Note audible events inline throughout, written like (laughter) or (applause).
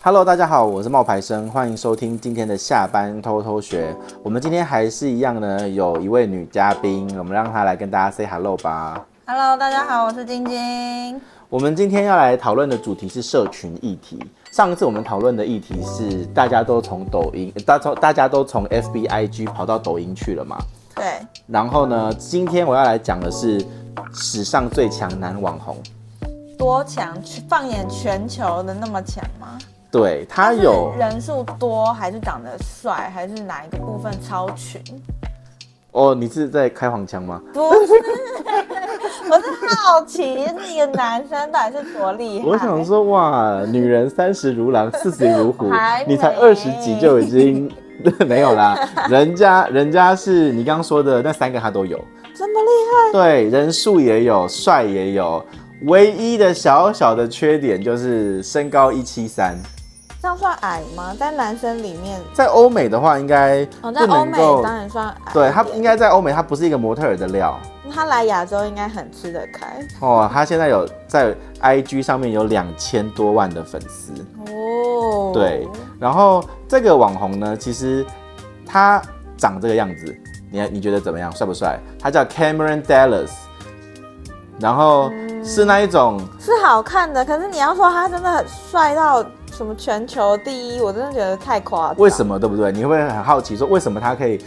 Hello，大家好，我是冒牌生，欢迎收听今天的下班偷偷学。我们今天还是一样呢，有一位女嘉宾，我们让她来跟大家 say hello 吧。 Hello，大家好，我是晶晶。我们今天要来讨论的主题是社群议题。上次我们讨论的议题是大家都从抖音，呃大从大家都从 FBIG 跑到抖音去了嘛？对，然后呢，今天我要来讲的是史上最强男网红。多强？去放眼全球的那么强吗？对他有是人数多，还是长得帅，还是哪一个部分超群？哦，你是在开黄腔吗？不是， (laughs) 我是好奇，就是一个男生到底是多厉害？我想说，哇，女人三十如 (laughs) 狼，四十如虎还，你才没二十几就已经 (laughs) 没有 (laughs) 啦。人家人家是你刚刚说的那三个，他都有，这么厉对，人数也有，帅也有，唯一的小小的缺点就是身高一七三。害，这样算矮吗？在男生里面，在欧美的话，应该哦，不在欧能美够，当然算矮一点。对他应该在欧美，他不是一个模特儿的料。他来亚洲应该很吃得开哦，他现在有在 IG 上面有两千多万的粉丝。哦。对，然后这个网红呢，其实他长这个样子，你你觉得怎么样？帅不帅？他叫 Cameron Dallas，然后嗯是那一种，是好看的，可是你要说他真的很帅到什么全球第一，我真的觉得太夸张。为什么对不对？你会不会很好奇说为什么他可以？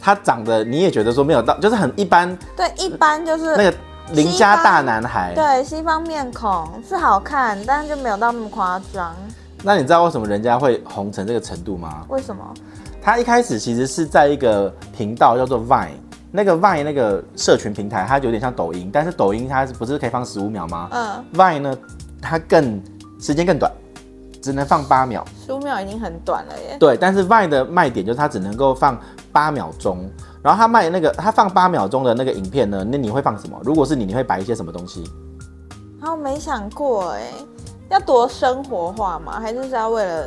他长得你也觉得说没有到，就是很一般对，一般就是那个邻家大男孩。对西方面孔是好看，但就没有到那么夸张。那你知道为什么人家会红成这个程度吗？为什么？他一开始其实是在一个频道叫做 Vine，那个 Vine 那个社群平台，它有点像抖音，但是抖音它不是可以放十五秒吗？嗯， Vine 呢，它更时间更短，只能放八秒。十五秒已经很短了耶。对，但是 Vine 的卖点就是它只能够放八秒钟。然后它卖那个，它放八秒钟的那个影片呢，那你会放什么？如果是你，你会摆一些什么东西？然后没想过哎，要多生活化吗？还是是要为了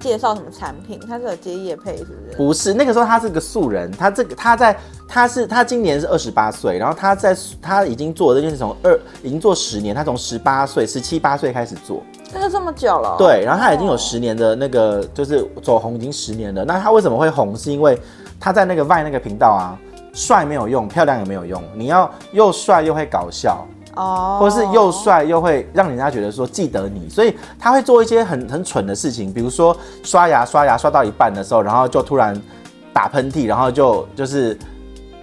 介绍什么产品？他是有接业配是不是？不是，那个时候他是个素人，他这个他在他是他今年是二十八岁，然后他在他已经做这件事从二已经做十年，他从十八岁十七八岁开始做，这个这么久了哦、对，然后他已经有哦十年的那个，就是走红已经十年了。那他为什么会红？是因为他在那个 Vine 那个频道啊，帅没有用，漂亮也没有用，你要又帅又会搞笑，哦，或是又帅又会让人家觉得说记得你，所以他会做一些很很蠢的事情，比如说刷牙刷牙刷到一半的时候，然后就突然打喷嚏，然后就就是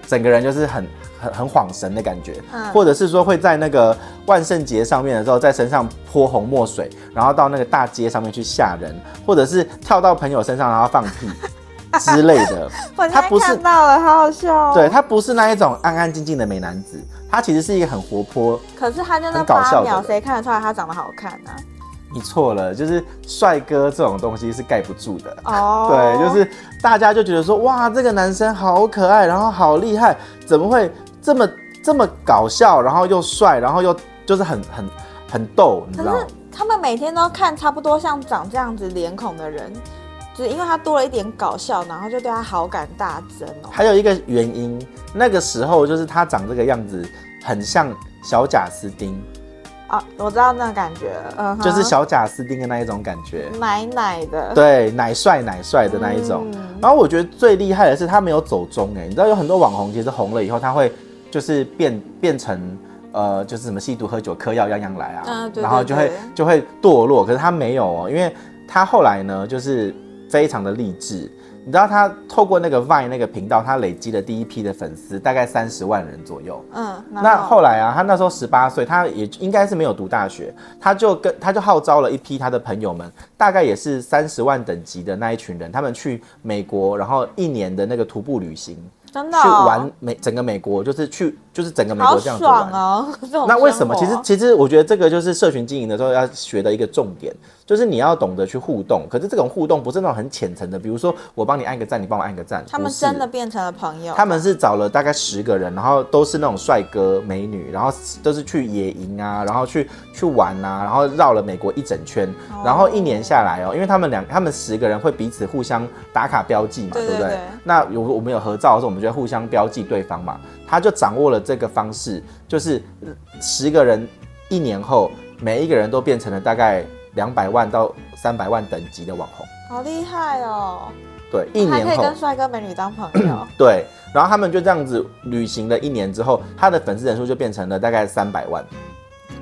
整个人就是很很很恍神的感觉，嗯或者是说会在那个万圣节上面的时候，在身上泼红墨水，然后到那个大街上面去吓人，或者是跳到朋友身上然后放屁之类的。我他现在不是看到了，好好笑、哦。对，他不是那一种安安静静的美男子，他其实是一个很活泼，可是他就那很搞笑的八秒，人谁看得出来他长得好看呢、你错了，就是帅哥这种东西是盖不住的。哦，对，就是大家就觉得说，哇，这个男生好可爱，然后好厉害，怎么会这么这么搞笑，然后又帅，然后又就是很很很逗，你知可道吗是？他们每天都看差不多像长这样子脸孔的人，只因为他多了一点搞笑，然后就对他好感大增哦。还有一个原因，那个时候就是他长这个样子，很像小贾斯汀，啊，我知道那个感觉了，嗯哼，就是小贾斯汀的那一种感觉，奶奶的，对，奶帅奶帅的那一种。嗯然后我觉得最厉害的是他没有走中哎、你知道有很多网红其实红了以后，他会就是变变成呃就是什么吸毒、喝酒、嗑药样样来啊，啊对然后对就会对就会堕落。可是他没有哦，因为他后来呢就是非常的励志。你知道他透过那个 Vine 那个频道，他累积了第一批的粉丝，大概三十万人左右。嗯，那然后后来啊，他那时候十八岁，他也应该是没有读大学，他就跟他就号召了一批他的朋友们，大概也是三十万等级的那一群人，他们去美国，然后一年的那个徒步旅行，真的、哦、去玩美整个美国，就是去就是整个美好国这样子玩爽。哦，这种那为什么？其生实活啊其实我觉得这个就是社群经营的时候要学的一个重点，就是你要懂得去互动。可是这种互动不是那种很浅层的，比如说我帮你按个赞，你帮我按个赞，他们不是真的变成了朋友，他们是找了大概十个人，然后都是那种帅哥美女，然后都是去野营啊，然后去去玩啊，然后绕了美国一整圈，哦然后一年下来哦，因为他们两他们十个人会彼此互相打卡标记嘛，对不对对对？那有我们有合照的时候，我们就会互相标记对方嘛。他就掌握了这个方嗯式，就是十个人一年后，每一个人都变成了大概两百万到三百万等级的网红。好厉害哦！对，一还可年以后，跟，帅哥美女当朋友 (clears throat) 对，然后他们就这样子旅行了一年之后，他的粉丝人数就变成了大概三百万。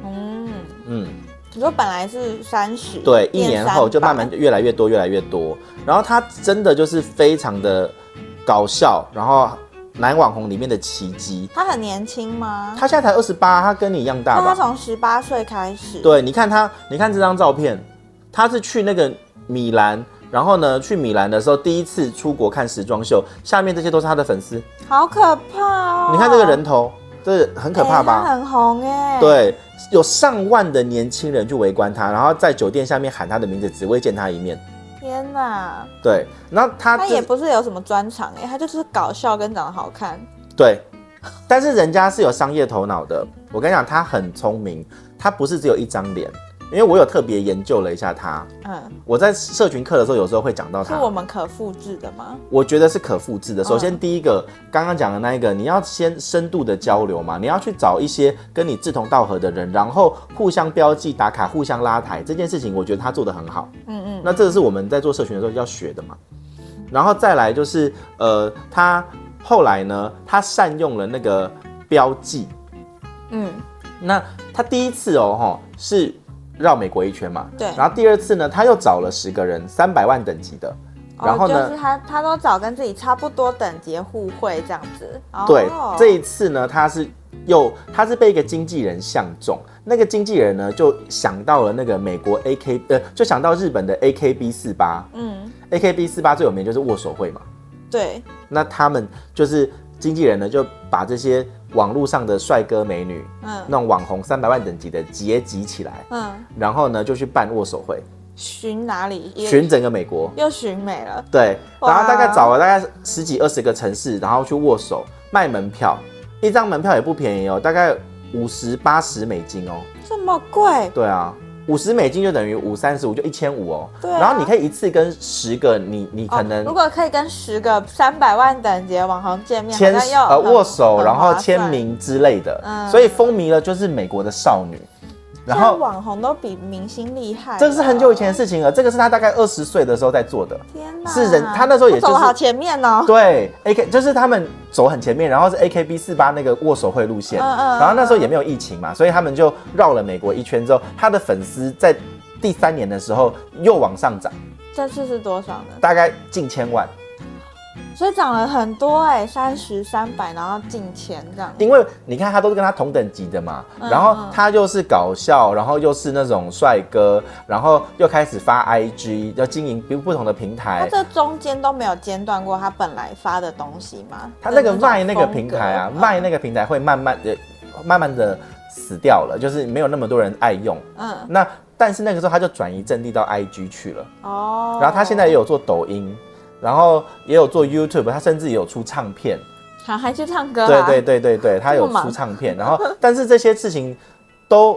嗯，嗯，你说本来是三十，对，一变年后就300慢慢越来越多，越来越多。然后他真的就是非常的搞笑，然后男网红里面的奇迹。他很年轻吗？他现在才二十八，他跟你一样大那吧？他从十八岁开始，，对，你看他，你看这张照片，他是去那个米兰，然后呢，去米兰的时候第一次出国看时装秀，下面这些都是他的粉丝。好可怕哦！你看这个人头，这很可怕哎吧？他很红哎，，对，有上万的年轻人去围观他，然后在酒店下面喊他的名字，只为见他一面。天哪，对，然后他他这也不是有什么专长哎，他就是搞笑跟长得好看，对，但是人家是有商业头脑的。我跟你讲，他很聪明，他不是只有一张脸，因为我有特别研究了一下他。嗯，我在社群课的时候，有时候会讲到是他，我我们可复制的吗？觉得是可复制的。首先嗯第一个，刚刚讲的那一个，你要先深度的交流嘛，你要去找一些跟你志同道合的人，然后互相标记、打卡、互相拉抬，这件事情我觉得他做的很好。嗯嗯，那这个是我们在做社群的时候要学的嘛。然后再来就是，呃，他后来呢，他善用了那个标记。嗯，那他第一次哦，吼是绕美国一圈嘛，对然后第二次呢，他又找了十个人，三百万等级的。然后哦、呢，就是他他都找跟自己差不多等级的互惠这样子，哦、对，这一次呢，他是又他是被一个经纪人相中，那个经纪人呢就想到了那个美国 A K 呃，就想到日本的 A K B 四八嗯， ，A K B 四八最有名就是握手会嘛。对，那他们就是经纪人呢，就把这些网络上的帅哥美女，嗯那种网红三百万等级的结集起来，嗯，然后呢就去办握手会，寻哪里？也巡整个美国。又寻美了，对，哇然后大概找了大概十几二十个城市，然后去握手卖门票，一张门票也不便宜哦，大概五十八十美金哦。这么贵，对啊，五十美金就等于五三十五就一千五哦。对啊然后你可以一次跟十个你你可能、哦、如果可以跟十个三百万等级的网红见面，牵好像又呃很握手，很然后划签算。名之类的，嗯所以风靡了就是美国的少女。然现在后网红都比明星厉害了，啊这个是很久以前的事情了，这个是他大概二十岁的时候在做的。天哪，是人他那时候也我走就是得好前面哦， (laughs) 对，A K 就是他们走很前面，然后是 A K B 四八那个握手会路线，嗯嗯嗯然后那时候也没有疫情嘛，所以他们就绕了美国一圈之后，他的粉丝在第三年的时候又往上涨，这次是多少呢？大概近千万，所以涨了很多哎、三十、三百，然后近千这样。因为你看他都是跟他同等级的嘛，嗯然后嗯他又是搞笑，然后又是那种帅哥，然后又开始发 IG，要经营不不同的平他台。这中间都没有间断过他本来发的东西吗？他那个的种卖那个风格平台啊，嗯卖那个平台会慢慢的、慢慢的死掉了，就是没有那么多人爱用。嗯那但是那个时候他就转移阵地到 IG 去了，哦，然后他现在也有做抖音，然后也有做 YouTube，他甚至也有出唱片。还还去唱歌啊对啦，对对对对，他有这么忙出唱片，然后但是这些事情都，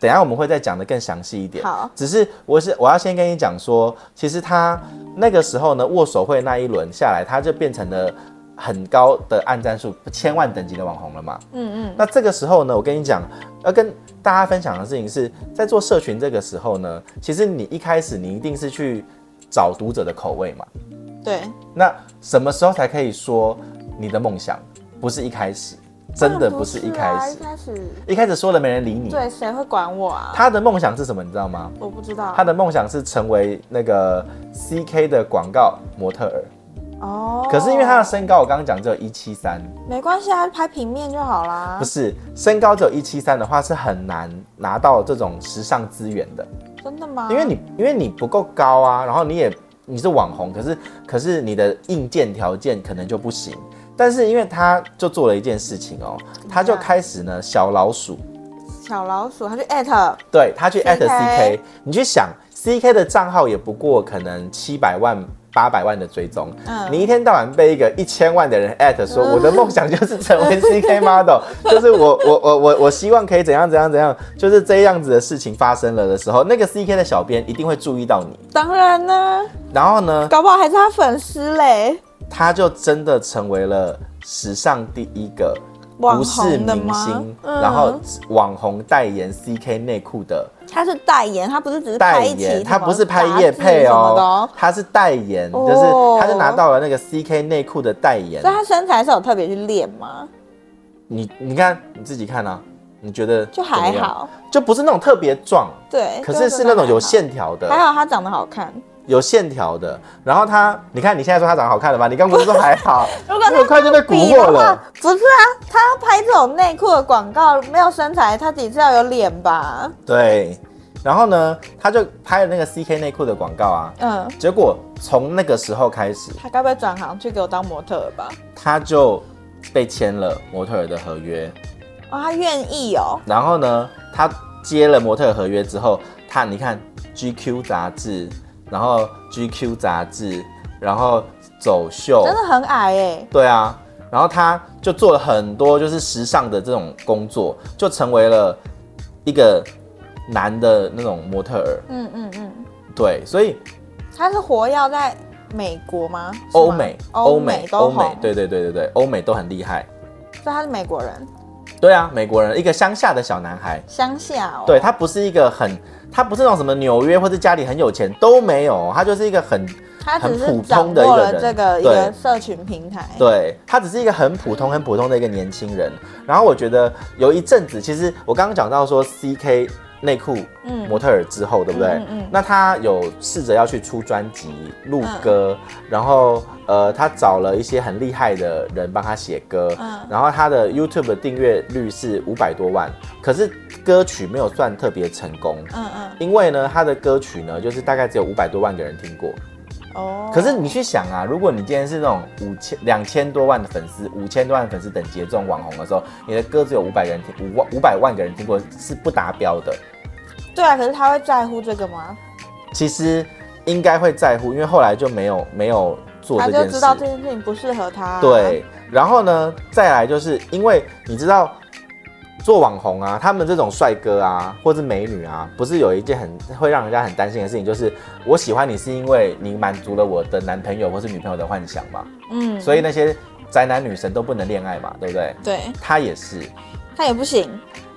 等一下我们会再讲的更详细一点。好只是我是我要先跟你讲说，其实他那个时候呢，握手会那一轮下来，他就变成了很高的按赞数，千万等级的网红了嘛。嗯嗯，那这个时候呢，我跟你讲，要跟大家分享的事情是在做社群这个时候呢，其实你一开始你一定是去找读者的口味嘛。对，那什么时候才可以说你的梦想不是一开始？真的不是一开当然不是啊始一，开始一开始说了没人理你。对谁会管我啊？他的梦想是什么？你知道吗？我不知道，他的梦想是成为那个 CK 的广告模特儿。哦，可是因为他的身高，我刚刚讲只有一七三，没关系啊，拍平面就好啦不。是身高只有一七三的话是很难拿到这种时尚资源的。真的吗？因为你因为你不够高啊，然后你也你是网红，可是可是你的硬件条件可能就不行。但是因为他就做了一件事情哦，他就开始呢小老鼠，小老鼠，他去艾特，对他去 at CK CK，你去想 CK 的账号也不过可能七百万。八百万的追踪，嗯你一天到晚被一个一千万的人 at 说，我的梦想就是成为 CK model，就是我我我我我希望可以怎样怎样怎样，就是这样子的事情发生了的时候，那个 CK 的小编一定会注意到你，当然呢，然后呢，搞不好还是他粉丝嘞，他就真的成为了史上第一个网不是红的明吗星，？嗯然后网红代言 CK 内裤的他是代言，他不是只是代拍一期言，他不是拍叶配哦，他是代言，哦就是他是拿到了那个 CK 内裤的代言所。以他身材是有特别去练吗？你你看你自己看啊，你觉得怎就么还样，好，就不是那种特别壮，对。可就是真的是那种有还好，线条的，还好他长得好看。有线条的。然后他，你看你现在说他长得好看了吧？你刚不是说还好？ (laughs) 如果这么快就被蛊惑比的话了。，不是啊，他要拍这种内裤的广告，没有身材，他底是要有脸吧？对，然后呢，他就拍了那个 CK 内裤的广告啊。嗯，结果从那个时候开始，他该不会转行去给我当模特了吧？他就被签了模特儿的合约。哦，他愿意哦，然后呢，他接了模特儿合约之后，他你看 GQ 杂志，然后 GQ 杂志，然后走秀真，的很矮哎、对啊，然后他就做了很多就是时尚的这种工作，就成为了一个男的那种模特儿。嗯嗯嗯，对，所以他是活要在美国吗？是吗欧美、欧欧美美、都欧红美，，对对对对对，欧美都很厉害。所以他是美国人，对啊，美国人一个乡下的小男孩，乡下哦。对他不是一个很，他不是那种什么纽约或者家里很有钱都没有，他就是一个很他只很是普掌通的一握个了人这个一对个社群平台。对他只是一个很普通、很普通的一个年轻人。然后我觉得有一阵子，其实我刚刚讲到说 CK 内裤嗯模特儿之后，对不对？嗯嗯嗯那他有试着要去出专辑、录歌，嗯然后呃，他找了一些很厉害的人帮他写歌，嗯然后他的 YouTube 的订阅率是五百多万，可是歌曲没有算特别成功。嗯嗯，因为呢，他的歌曲呢，就是大概只有五百多万个人听过，哦。可是你去想啊，如果你今天是那种五千两千多万的粉丝，五千多万粉丝等级的这种网红的时候，你的歌只有五百人听，五万五百万个人听过是不达标的。对啊，可是他会在乎这个吗？其实应该会在乎，因为后来就没有没有做他这就件知道这事。件事情不适合他啊、对，然后呢，再来就是因为你知道。做网红啊，他们这种帅哥啊，或是美女啊，不是有一件很会让人家很担心的事情，就是我喜欢你是因为你满足了我的男朋友或是女朋友的幻想嘛？嗯，所以那些宅男女神都不能恋爱嘛，对不对？对他也是，他也不行。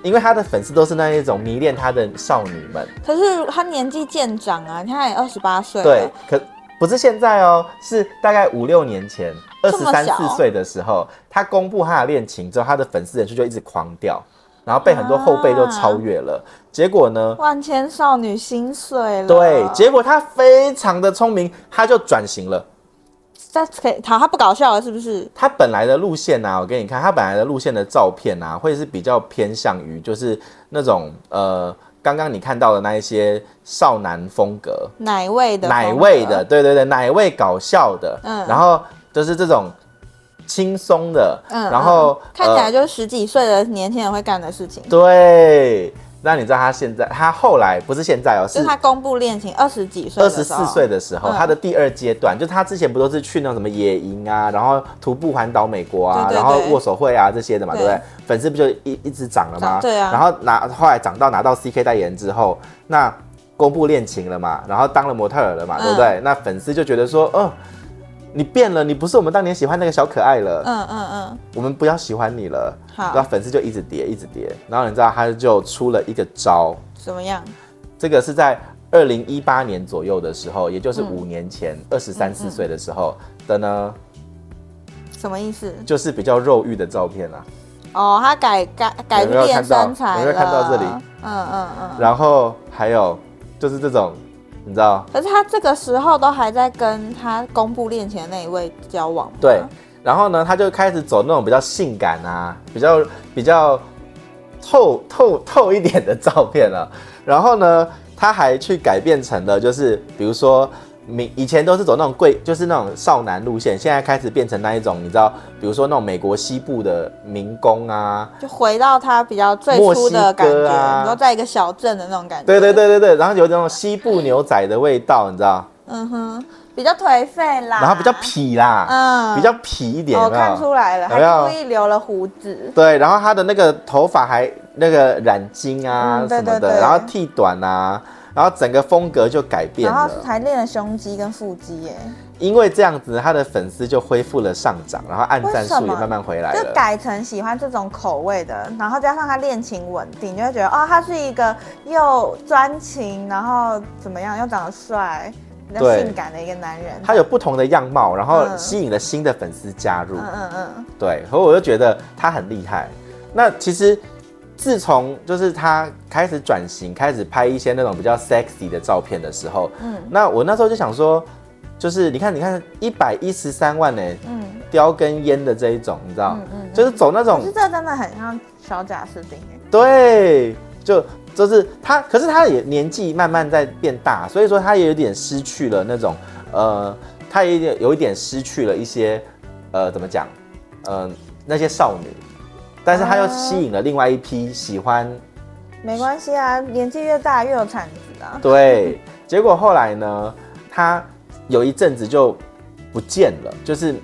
因为他的粉丝都是那一种迷恋他的少女们，可是他年纪渐长啊，他也二十八岁了，对，可不是现在哦，是大概五六年前，二这十么三小四岁的时候，他公布他的恋情之后，他的粉丝人数就一直狂掉，然后被很多后辈都超越了。啊结果呢？万千少女心碎了。对，结果他非常的聪明，他就转型了。他可以，好，他不搞笑了是不是？他本来的路线啊，我给你看，他本来的路线的照片啊，会是比较偏向于就是那种呃，刚刚你看到的那一些少男风格，奶味的，奶味的，，对对对，奶味搞笑的，嗯然后就是这种轻松的，嗯然后、看起来呃、就是十几岁的年轻人会干的事情。对。那你知道他现在，他后来不是现在哦，就是是他公布恋情二十几岁，二十四岁，的时候，嗯他的第二阶段，就他之前不都是去那种什么野营啊，然后徒步环岛美国啊，对对然后对握手会啊这些的嘛，对对不对？粉丝不就一一直涨了吗涨？对啊然后拿后来涨到拿到 CK 代言之后，那公布恋情了嘛，然后当了模特儿了嘛，嗯对不对？那粉丝就觉得说，嗯、你变了，你不是我们当年喜欢那个小可爱了，嗯嗯嗯，我们不要喜欢你了。好然后粉丝就一直跌，一直跌。然后你知道他就出了一个招，怎么样？这个是在二零一八年左右的时候，也就是五年前，二十三四岁的时候的呢，什么意思？就是比较肉欲的照片啊。哦，他改改改有没有变看到身材了，有没有看到这里嗯嗯嗯。然后还有就是这种，你知道，可是他这个时候都还在跟他公布恋情的那一位交往吗，对。然后呢，他就开始走那种比较性感啊，比较比较透透透一点的照片了、然后呢，他还去改变成了，就是比如说，你以前都是走那种贵，就是那种少男路线，现在开始变成那一种，你知道，比如说那种美国西部的民工啊，就回到他比较最初的感墨西觉，哥啊然后在一个小镇的那种感觉，对对，对对对，然后有那种西部牛仔的味道，你知道，嗯哼，比较颓废啦，然后比较痞啦，嗯比较痞一点，哦，有没有看出来了，有没有还故意留了胡子，对，然后他的那个头发还那个染金啊嗯对什么的，对对然后剃短啊，然后整个风格就改变然后了。还练了胸肌跟腹肌耶，因为这样子，他的粉丝就恢复了上涨，然后按赞数为什也么慢慢回来就了。改成喜欢这种口味的，然后加上他恋情稳定，你就会觉得哦，他是一个又专情，然后怎么样又长得帅、比较对性感的一个男人。他有不同的样貌，然后嗯吸引了新的粉丝加入。嗯嗯嗯，对，所以我就觉得他很厉害。那其实自从就是他开始转型，开始拍一些那种比较 sexy 的照片的时候，嗯嗯，那我那时候就想说，就是你看，你看一百一十三万呢、嗯叼根烟的这一种，你知道，嗯嗯嗯就是走那可啊种是这真的很像小贾斯汀耶。对，就就是他，可是他也年纪慢慢在变大，所以说他也有点失去了那种呃，他也有点有一点失去了一些呃，怎么讲，呃，那些少女，但是他又啊吸引了另外一批喜欢没关系啊，年纪越大越有产值啊。 (laughs) 对，结果后来呢，他有一阵子就不见了，就是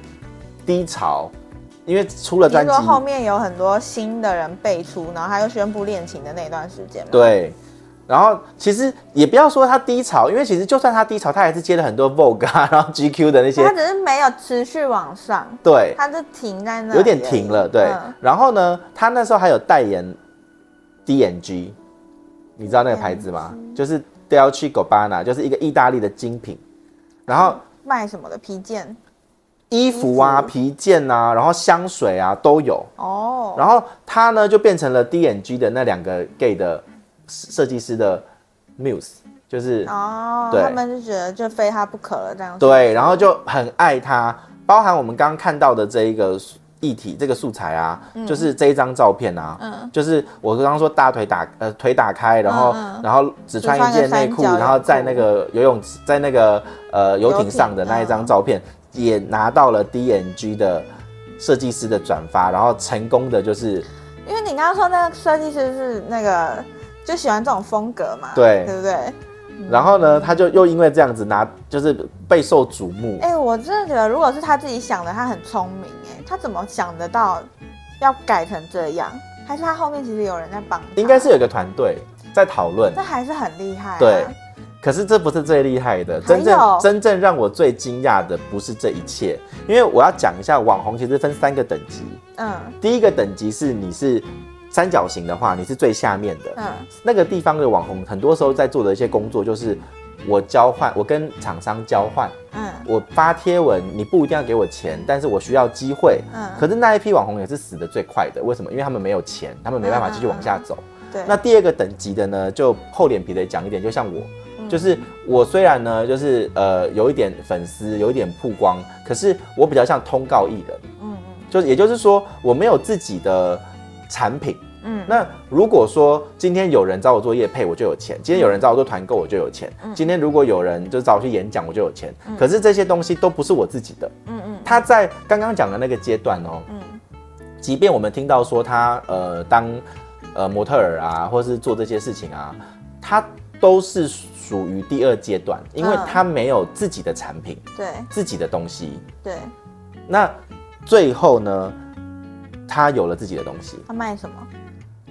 低潮，因为出了听专辑说后面有很多新的人辈出，然后他又宣布恋情的那段时间嘛。对，然后其实也不要说他低潮，因为其实就算他低潮，他还是接了很多 Vogue 啊， (laughs) 然后 GQ 的那些他，只是没有持续往上，对，他就停在那里而已，有点停了，对。嗯然后呢，他那时候还有代言 DNG，你知道那个牌子吗？就是 Dolce Gabbana，就是一个意大利的精品。然后卖什么的皮件衣服啊、衣服皮件啊，然后香水啊都有。哦，然后他呢就变成了 DNG 的那两个 gay 的设计师的 muse，就是哦，对他们就觉得就非他不可了这样子。对，然后就很爱他，包含我们刚刚看到的这一个议题，这个素材啊，嗯就是这一张照片啊，就是我刚刚说大腿打呃腿打开，然后、嗯嗯然后只穿一件内裤，只穿个三角然后在那个游泳池在那个呃游艇上的那一嗯张照片，也拿到了 DNG 的设计师的转发，然后成功的就是因为你刚刚说那个设计师是那个就喜欢这种风格嘛，对对不对？然后呢，他就又因为这样子拿，就是备受瞩目。哎、我真的觉得如果是他自己想的，他很聪明哎，他怎么想得到要改成这样？还是他后面其实有人在帮他？应该是有一个团队在讨论这，还是很厉害、啊。对。可是这不是最厉害的，还真有正真正让我最惊讶的不是这一切，因为我要讲一下网红其实分三个等级，嗯第一个等级是你是三角形的话，你是最下面的，嗯那个地方的网红很多时候在做的一些工作就是我交换，我跟厂商交换，嗯，我发贴文，你不一定要给我钱，但是我需要机会。嗯可是那一批网红也是死的最快的，为什么？因为他们没有钱，他们没办法继续往下走。对。那第二个等级的呢，就厚脸皮的讲一点，就像我，嗯就是我虽然呢，就是呃有一点粉丝，有一点曝光，可是我比较像通告艺人，嗯嗯就是也就是说我没有自己的产品。嗯那如果说今天有人找我做业配，我就有钱；今天有人找我做团购，我就有钱；嗯今天如果有人就找我去演讲，我就有钱。可是这些东西都不是我自己的。嗯嗯他在刚刚讲的那个阶段哦，嗯即便我们听到说他呃当呃模特儿啊，或是做这些事情啊，他都是属于第二阶段，因为嗯他没有自己的产品、对自己的东西。对。那最后呢，他有了自己的东西，他卖什么？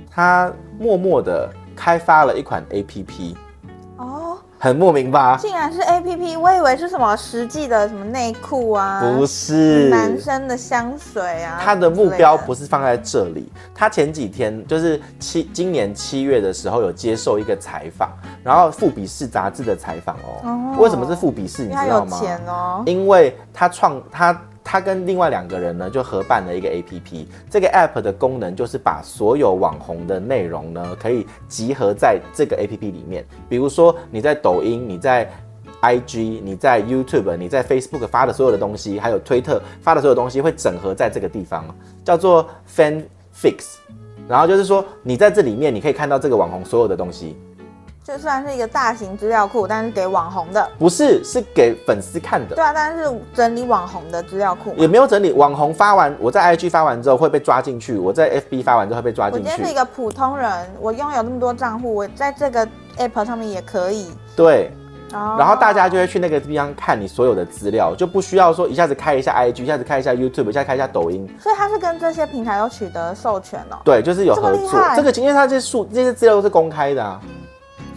他默默的开发了一款 A P P，哦，很莫名吧？竟然是 A P P，我以为是什么实际的什么内裤啊，不是，男生的香水啊。他的目标不是是放在这里。他前几天就是七今年七月的时候有接受一个采访，然后《富比士》杂志的采访哦哦。为什么是《富比士》？因你为他知道有吗？钱哦。因为他创他他跟另外两个人呢就合办了一个 APP，这个 APP 的功能就是把所有网红的内容呢可以集合在这个 APP 里面，比如说你在抖音，你在。IG，你在 YouTube，你在 Facebook 发的所有的东西，还有推特发的所有东西，会整合在这个地方，叫做 Fan Fix。然后就是说，你在这里面你可以看到这个网红所有的东西，这虽然是一个大型资料库，但是给网红的。不是是给粉丝看的对。啊，但是整理网红的资料库嘛。也没有整理。网红发完，我在 IG 发完之后会被抓进去，我在 FB 发完之后会被抓我进今天是一去。个普通人，我拥有那么多账户，我在这个 app 上面也可以。对，哦然后大家就会去那个地方看你所有的资料，就不需要说一下子开一下 IG，一下子开一下 YouTube，一下子开一下抖音。所以他是跟这些平台都取得授权哦。对，就是有这么合厉作。害这个因为它这些数这些资料都是公开的啊，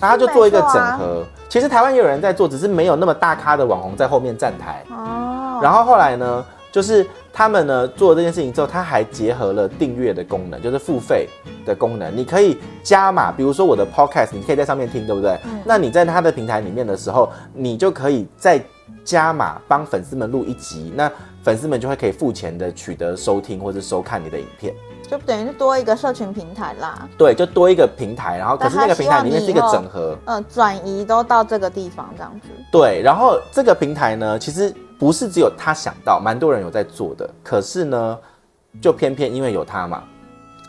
然后就做一个整是没错合。其实台湾也有人在做，只是没有那么大咖的网红在后面站台。哦，然后后来呢，就是他们呢做这件事情之后，它还结合了订阅的功能，就是付费的功能，你可以加码，比如说我的 podcast，你可以在上面听，对不对？嗯那你在它的平台里面的时候，你就可以再加码帮粉丝们录一集，那粉丝们就会可以付钱的取得收听或者收看你的影片。就等于是多一个社群平台啦，对，就多一个平台，然后可但是那它个平希台望里面你是一个以后整合，嗯，转移都到这个地方这样子。对，然后这个平台呢，其实不是只有他想到，蛮多人有在做的。可是呢，就偏偏因为有他嘛，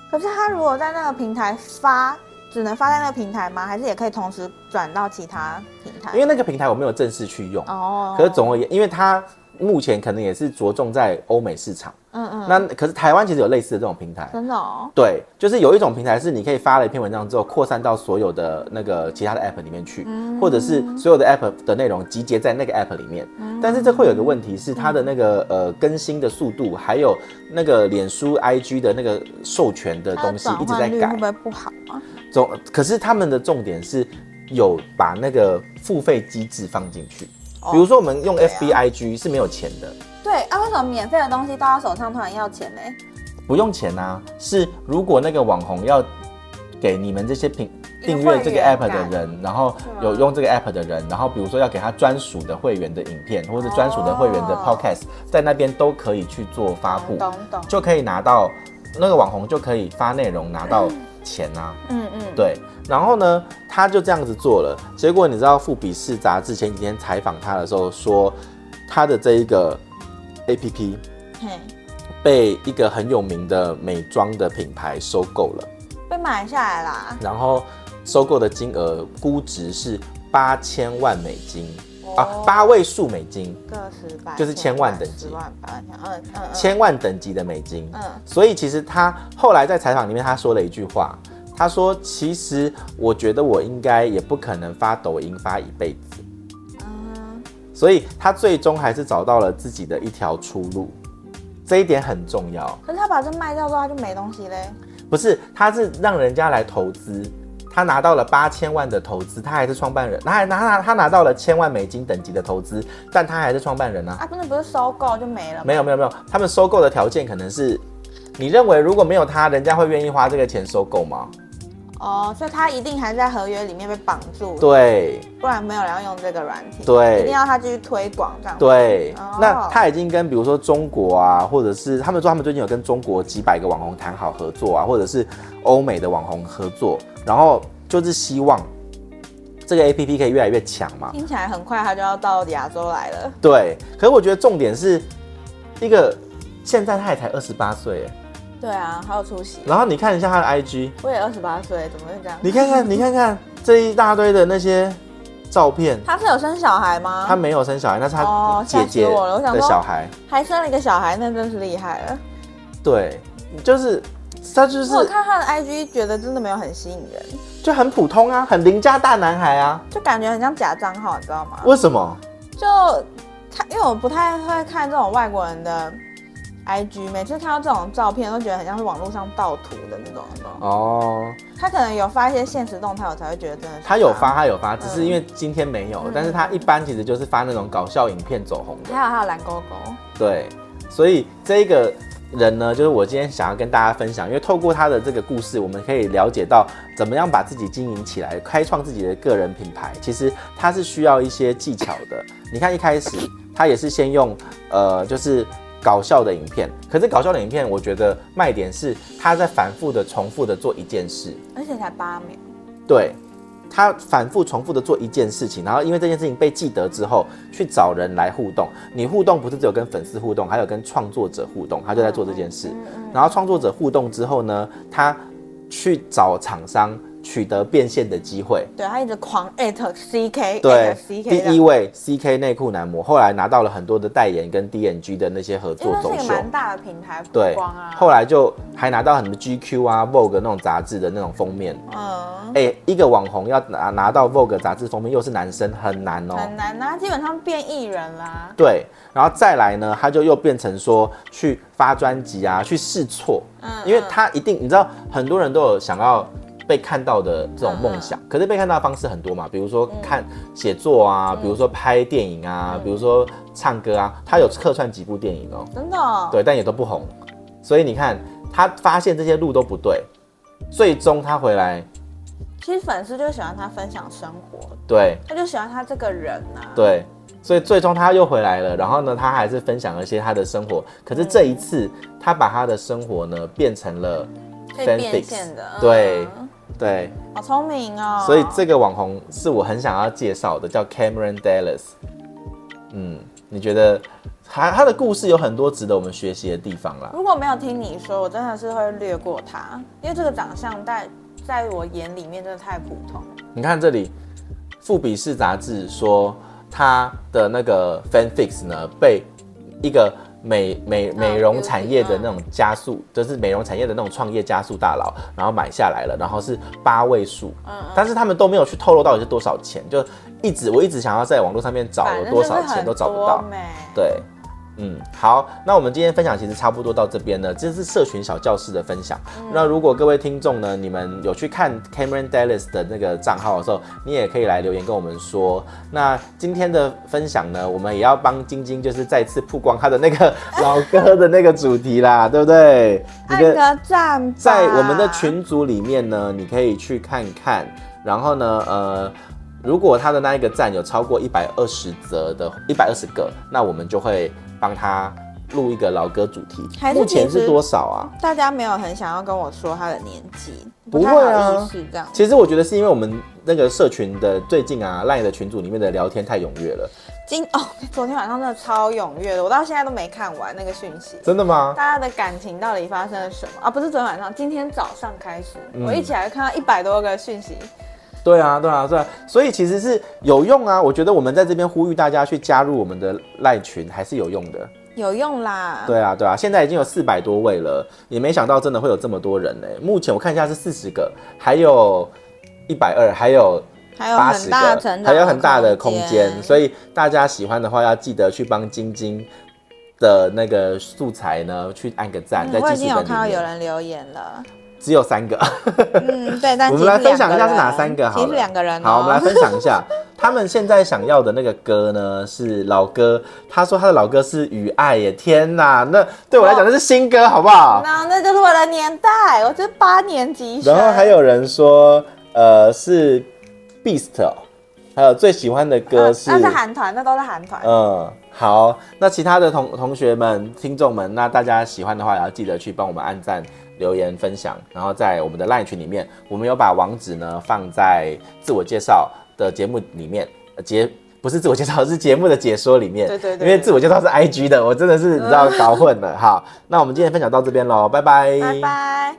可是他如果在那个平台发，只能发在那个平台吗？还是也可以同时转到其他平台？因为那个平台我没有正式去用。哦，可是总而言，因为它目前可能也是着重在欧美市场。嗯嗯，那可是台湾其实有类似的这种平台。真的哦，对，就是有一种平台是你可以发了一篇文章之后，扩散到所有的那个其他的 app 里面去，嗯或者是所有的 app 的内容集结在那个 app 里面。嗯但是这会有一个问题是，它的那个呃更新的速度，还有那个脸书 IG 的那个授权的它东的西转一直在换率会改不。会不好啊？总可是他们的重点是有把那个付费机制放进去，比如说我们用对啊 FB IG 是没有钱的。对啊，为什么免费的东西到他手上突然要钱呢？不用钱啊，是如果那个网红要给你们这些评一个订阅这个会员 app 感的啊人，然后吗有用这个 app 的人，然后比如说要给他专属的会员的影片或者专属的会员的哦 podcast，、在那边都可以去做发布，懂懂，就可以拿到那个网红就可以发内容拿 (clears throat) 到钱啊。嗯嗯，对，然后呢，他就这样子做了。结果你知道，《富比士》杂志前几天采访他的时候说，他的这一个 A P P 嘿，被一个很有名的美妆的品牌收购了，被买下来啦。然后收购的金额估值是八千万美金、哦啊，八位数美金，个十百，就是千万等级十万百万千，嗯嗯嗯，千万等级的美金。嗯所以其实他后来在采访里面他说了一句话，他说：“其实我觉得我应该也不可能发抖音发一辈子。嗯，”所以他最终还是找到了自己的一条出路，这一点很重要。可是他把这卖掉之后，他就没东西嘞。不是，他是让人家来投资，他拿到了八千万的投资，他还是创办人，他还拿他他拿到了千万美金等级的投资，但他还是创办人啊。啊，不是不是收购就没了吗？没有没有没有，他们收购的条件可能是，你认为如果没有他，人家会愿意花这个钱收购吗？哦，所以他一定还在合约里面被绑住，对不然没有人要用这个软体，一定对要他继续推广这样。，对哦，那他已经跟比如说中国啊，或者是他们说他们最近有跟中国几百个网红谈好合作啊，或者是欧美的网红合作，然后就是希望这个 A P P 可以越来越强嘛。听起来很快他就要到亚洲来了。对，可是我觉得重点是一个，现在他也才二十八岁耶，对啊，好有出息。然后你看一下他的 IG，我也二十八岁，怎么会这样？你看看，你看看这一大堆的那些照片，他是有生小孩吗？他没有生小孩，那是他哦姐姐吓死我了我想的说小孩，还生了一个小孩，那真是厉害了。对，就是他就我是看他的 IG，觉得真的没有很吸引人，就很普通啊，很邻家大男孩啊，就感觉很像假账号，你知道吗？为什么？就看，因为我不太会看这种外国人的 IG，每次看到这种照片都觉得很像是网络上盗图的那种，你懂吗哦，他可能有发一些现实动态，我才会觉得真的是他有发，他有发，只嗯是因为今天没有，但是他一般其实就是发那种搞笑影片走红的。还有还有蓝勾勾，对，所以这个人呢，就是我今天想要跟大家分享，因为透过他的这个故事，我们可以了解到怎么样把自己经营起来，开创自己的个人品牌。其实他是需要一些技巧的。你看一开始他也是先用呃，就是。搞笑的影片，可是搞笑的影片，我觉得卖点是他在反复的、重复的做一件事，而且才八秒，对他反复重复的做一件事情，然后因为这件事情被记得之后，去找人来互动。你互动不是只有跟粉丝互动，还有跟创作者互动，他就在做这件事。嗯然后创作者互动之后呢，他去找厂商取得变现的机会。对他一直狂 at CK，对 at，CK，第的一位 CK 内裤男模，后来拿到了很多的代言跟 DNG 的那些合因为作哎那走是一个秀。蛮大的平台曝对光啊，，后来就还拿到很多 GQ 啊、Vogue 那种杂志的那种封面。嗯。哎、一个网红要拿拿到 Vogue 杂志封面，又是男生，很难哦、很难啊，基本上变艺人啦。对，然后再来呢，他就又变成说去发专辑啊，去试错，嗯因为他一定你知道，很多人都有想要被看到的这种梦嗯想。可是被看到的方式很多嘛，比如说看写作啊，嗯比如说拍电影啊，比如说唱歌啊，他有客串几部电影哦，真的哦、对，但也都不红。所以你看，他发现这些路都不对，最终他回来，其实粉丝就喜欢他分享生活，对他就喜欢他这个人呐、啊。对，所以最终他又回来了。然后呢，他还是分享了一些他的生活，可是这一次他把他的生活呢变成了可以变现的 fanfics 嗯对对，好聪明哦。所以这个网红是我很想要介绍的，叫 Cameron Dallas。嗯，你觉得他他的故事有很多值得我们学习的地方啦。如果没有听你说，我真的是会略过他，因为这个长相在在我眼里面真的太普通了。你看这里，《富比士》杂志说他的那个 fanfix 呢，被一个美哦美美容产业的那种加速，就是美容产业的那种创业加速大佬，然后买下来了，然后是八位数，嗯但是他们都没有去透露到底是多少钱，就一直我一直想要在网络上面找反有正多就是少钱很都找不多到，美对，嗯，好，那我们今天分享其实差不多到这边了，这是社群小教室的分享。那如果各位听众呢，你们有去看 Cameron Dallas 的那个账号的时候，你也可以来留言跟我们说。那今天的分享呢，我们也要帮晶晶就是再次曝光她的那个 (laughs) 老歌的那个主题啦，对不对？你按的个赞吧，在我们的群组里面呢，你可以去看看。然后呢，呃，如果他的那一个赞有超过一百二十则的，一百二十个，那我们就会帮他录一个老歌主题还。是目前其实是多少啊？大家没有很想要跟我说他的年纪，不太会啊好意思这样。其实我觉得是因为我们那个社群的最近啊，赖的群组里面的聊天太踊跃了。今哦，昨天晚上真的超踊跃的，我到现在都没看完那个讯息。真的吗？大家的感情到底发生了什么啊？不是昨天晚上，今天早上开始，嗯我一起来看到一百多个讯息，对啊，对啊，对啊，所以其实是有用啊。我觉得我们在这边呼吁大家去加入我们的赖群还是有用的。有用啦。对啊，对啊，现在已经有四百多位了，也没想到真的会有这么多人呢、目前我看一下是四十个，还有一百二，还有还有八很十大个成长，，还有很大的空间。所以以大家喜欢的话，要记得去帮晶晶的那个素材呢去按个赞，在嗯我已记经事有本看到里有面。人留言了，只有三个，嗯，对，但 (laughs) 我们其实来分两享一下是哪人三个其好实了。两个人哦，好，我们来分享一 (laughs) 下他们现在想要的那个歌呢，是老歌。他说他的老歌是《雨爱》耶，天哪，那对我来哦讲那是新歌，好不好？ (laughs) 那那就是我的年代，我是八年级生。然后还有人说，呃，是 Beast，、哦、还有最喜欢的歌嗯是，那是韩团，那都是韩团。嗯，好，那其他的同同学们、听众们，那大家喜欢的话，也要记得去帮我们按赞、留言、分享，然后在我们的 LINE 群里面，我们有把网址呢放在自我介绍的节目里面，呃节。不是自我介绍，是节目的解说里面。对对对因为自我介绍是 I G 的，我真的是你知道搞混了。好，那我们今天分享到这边喽，拜拜拜。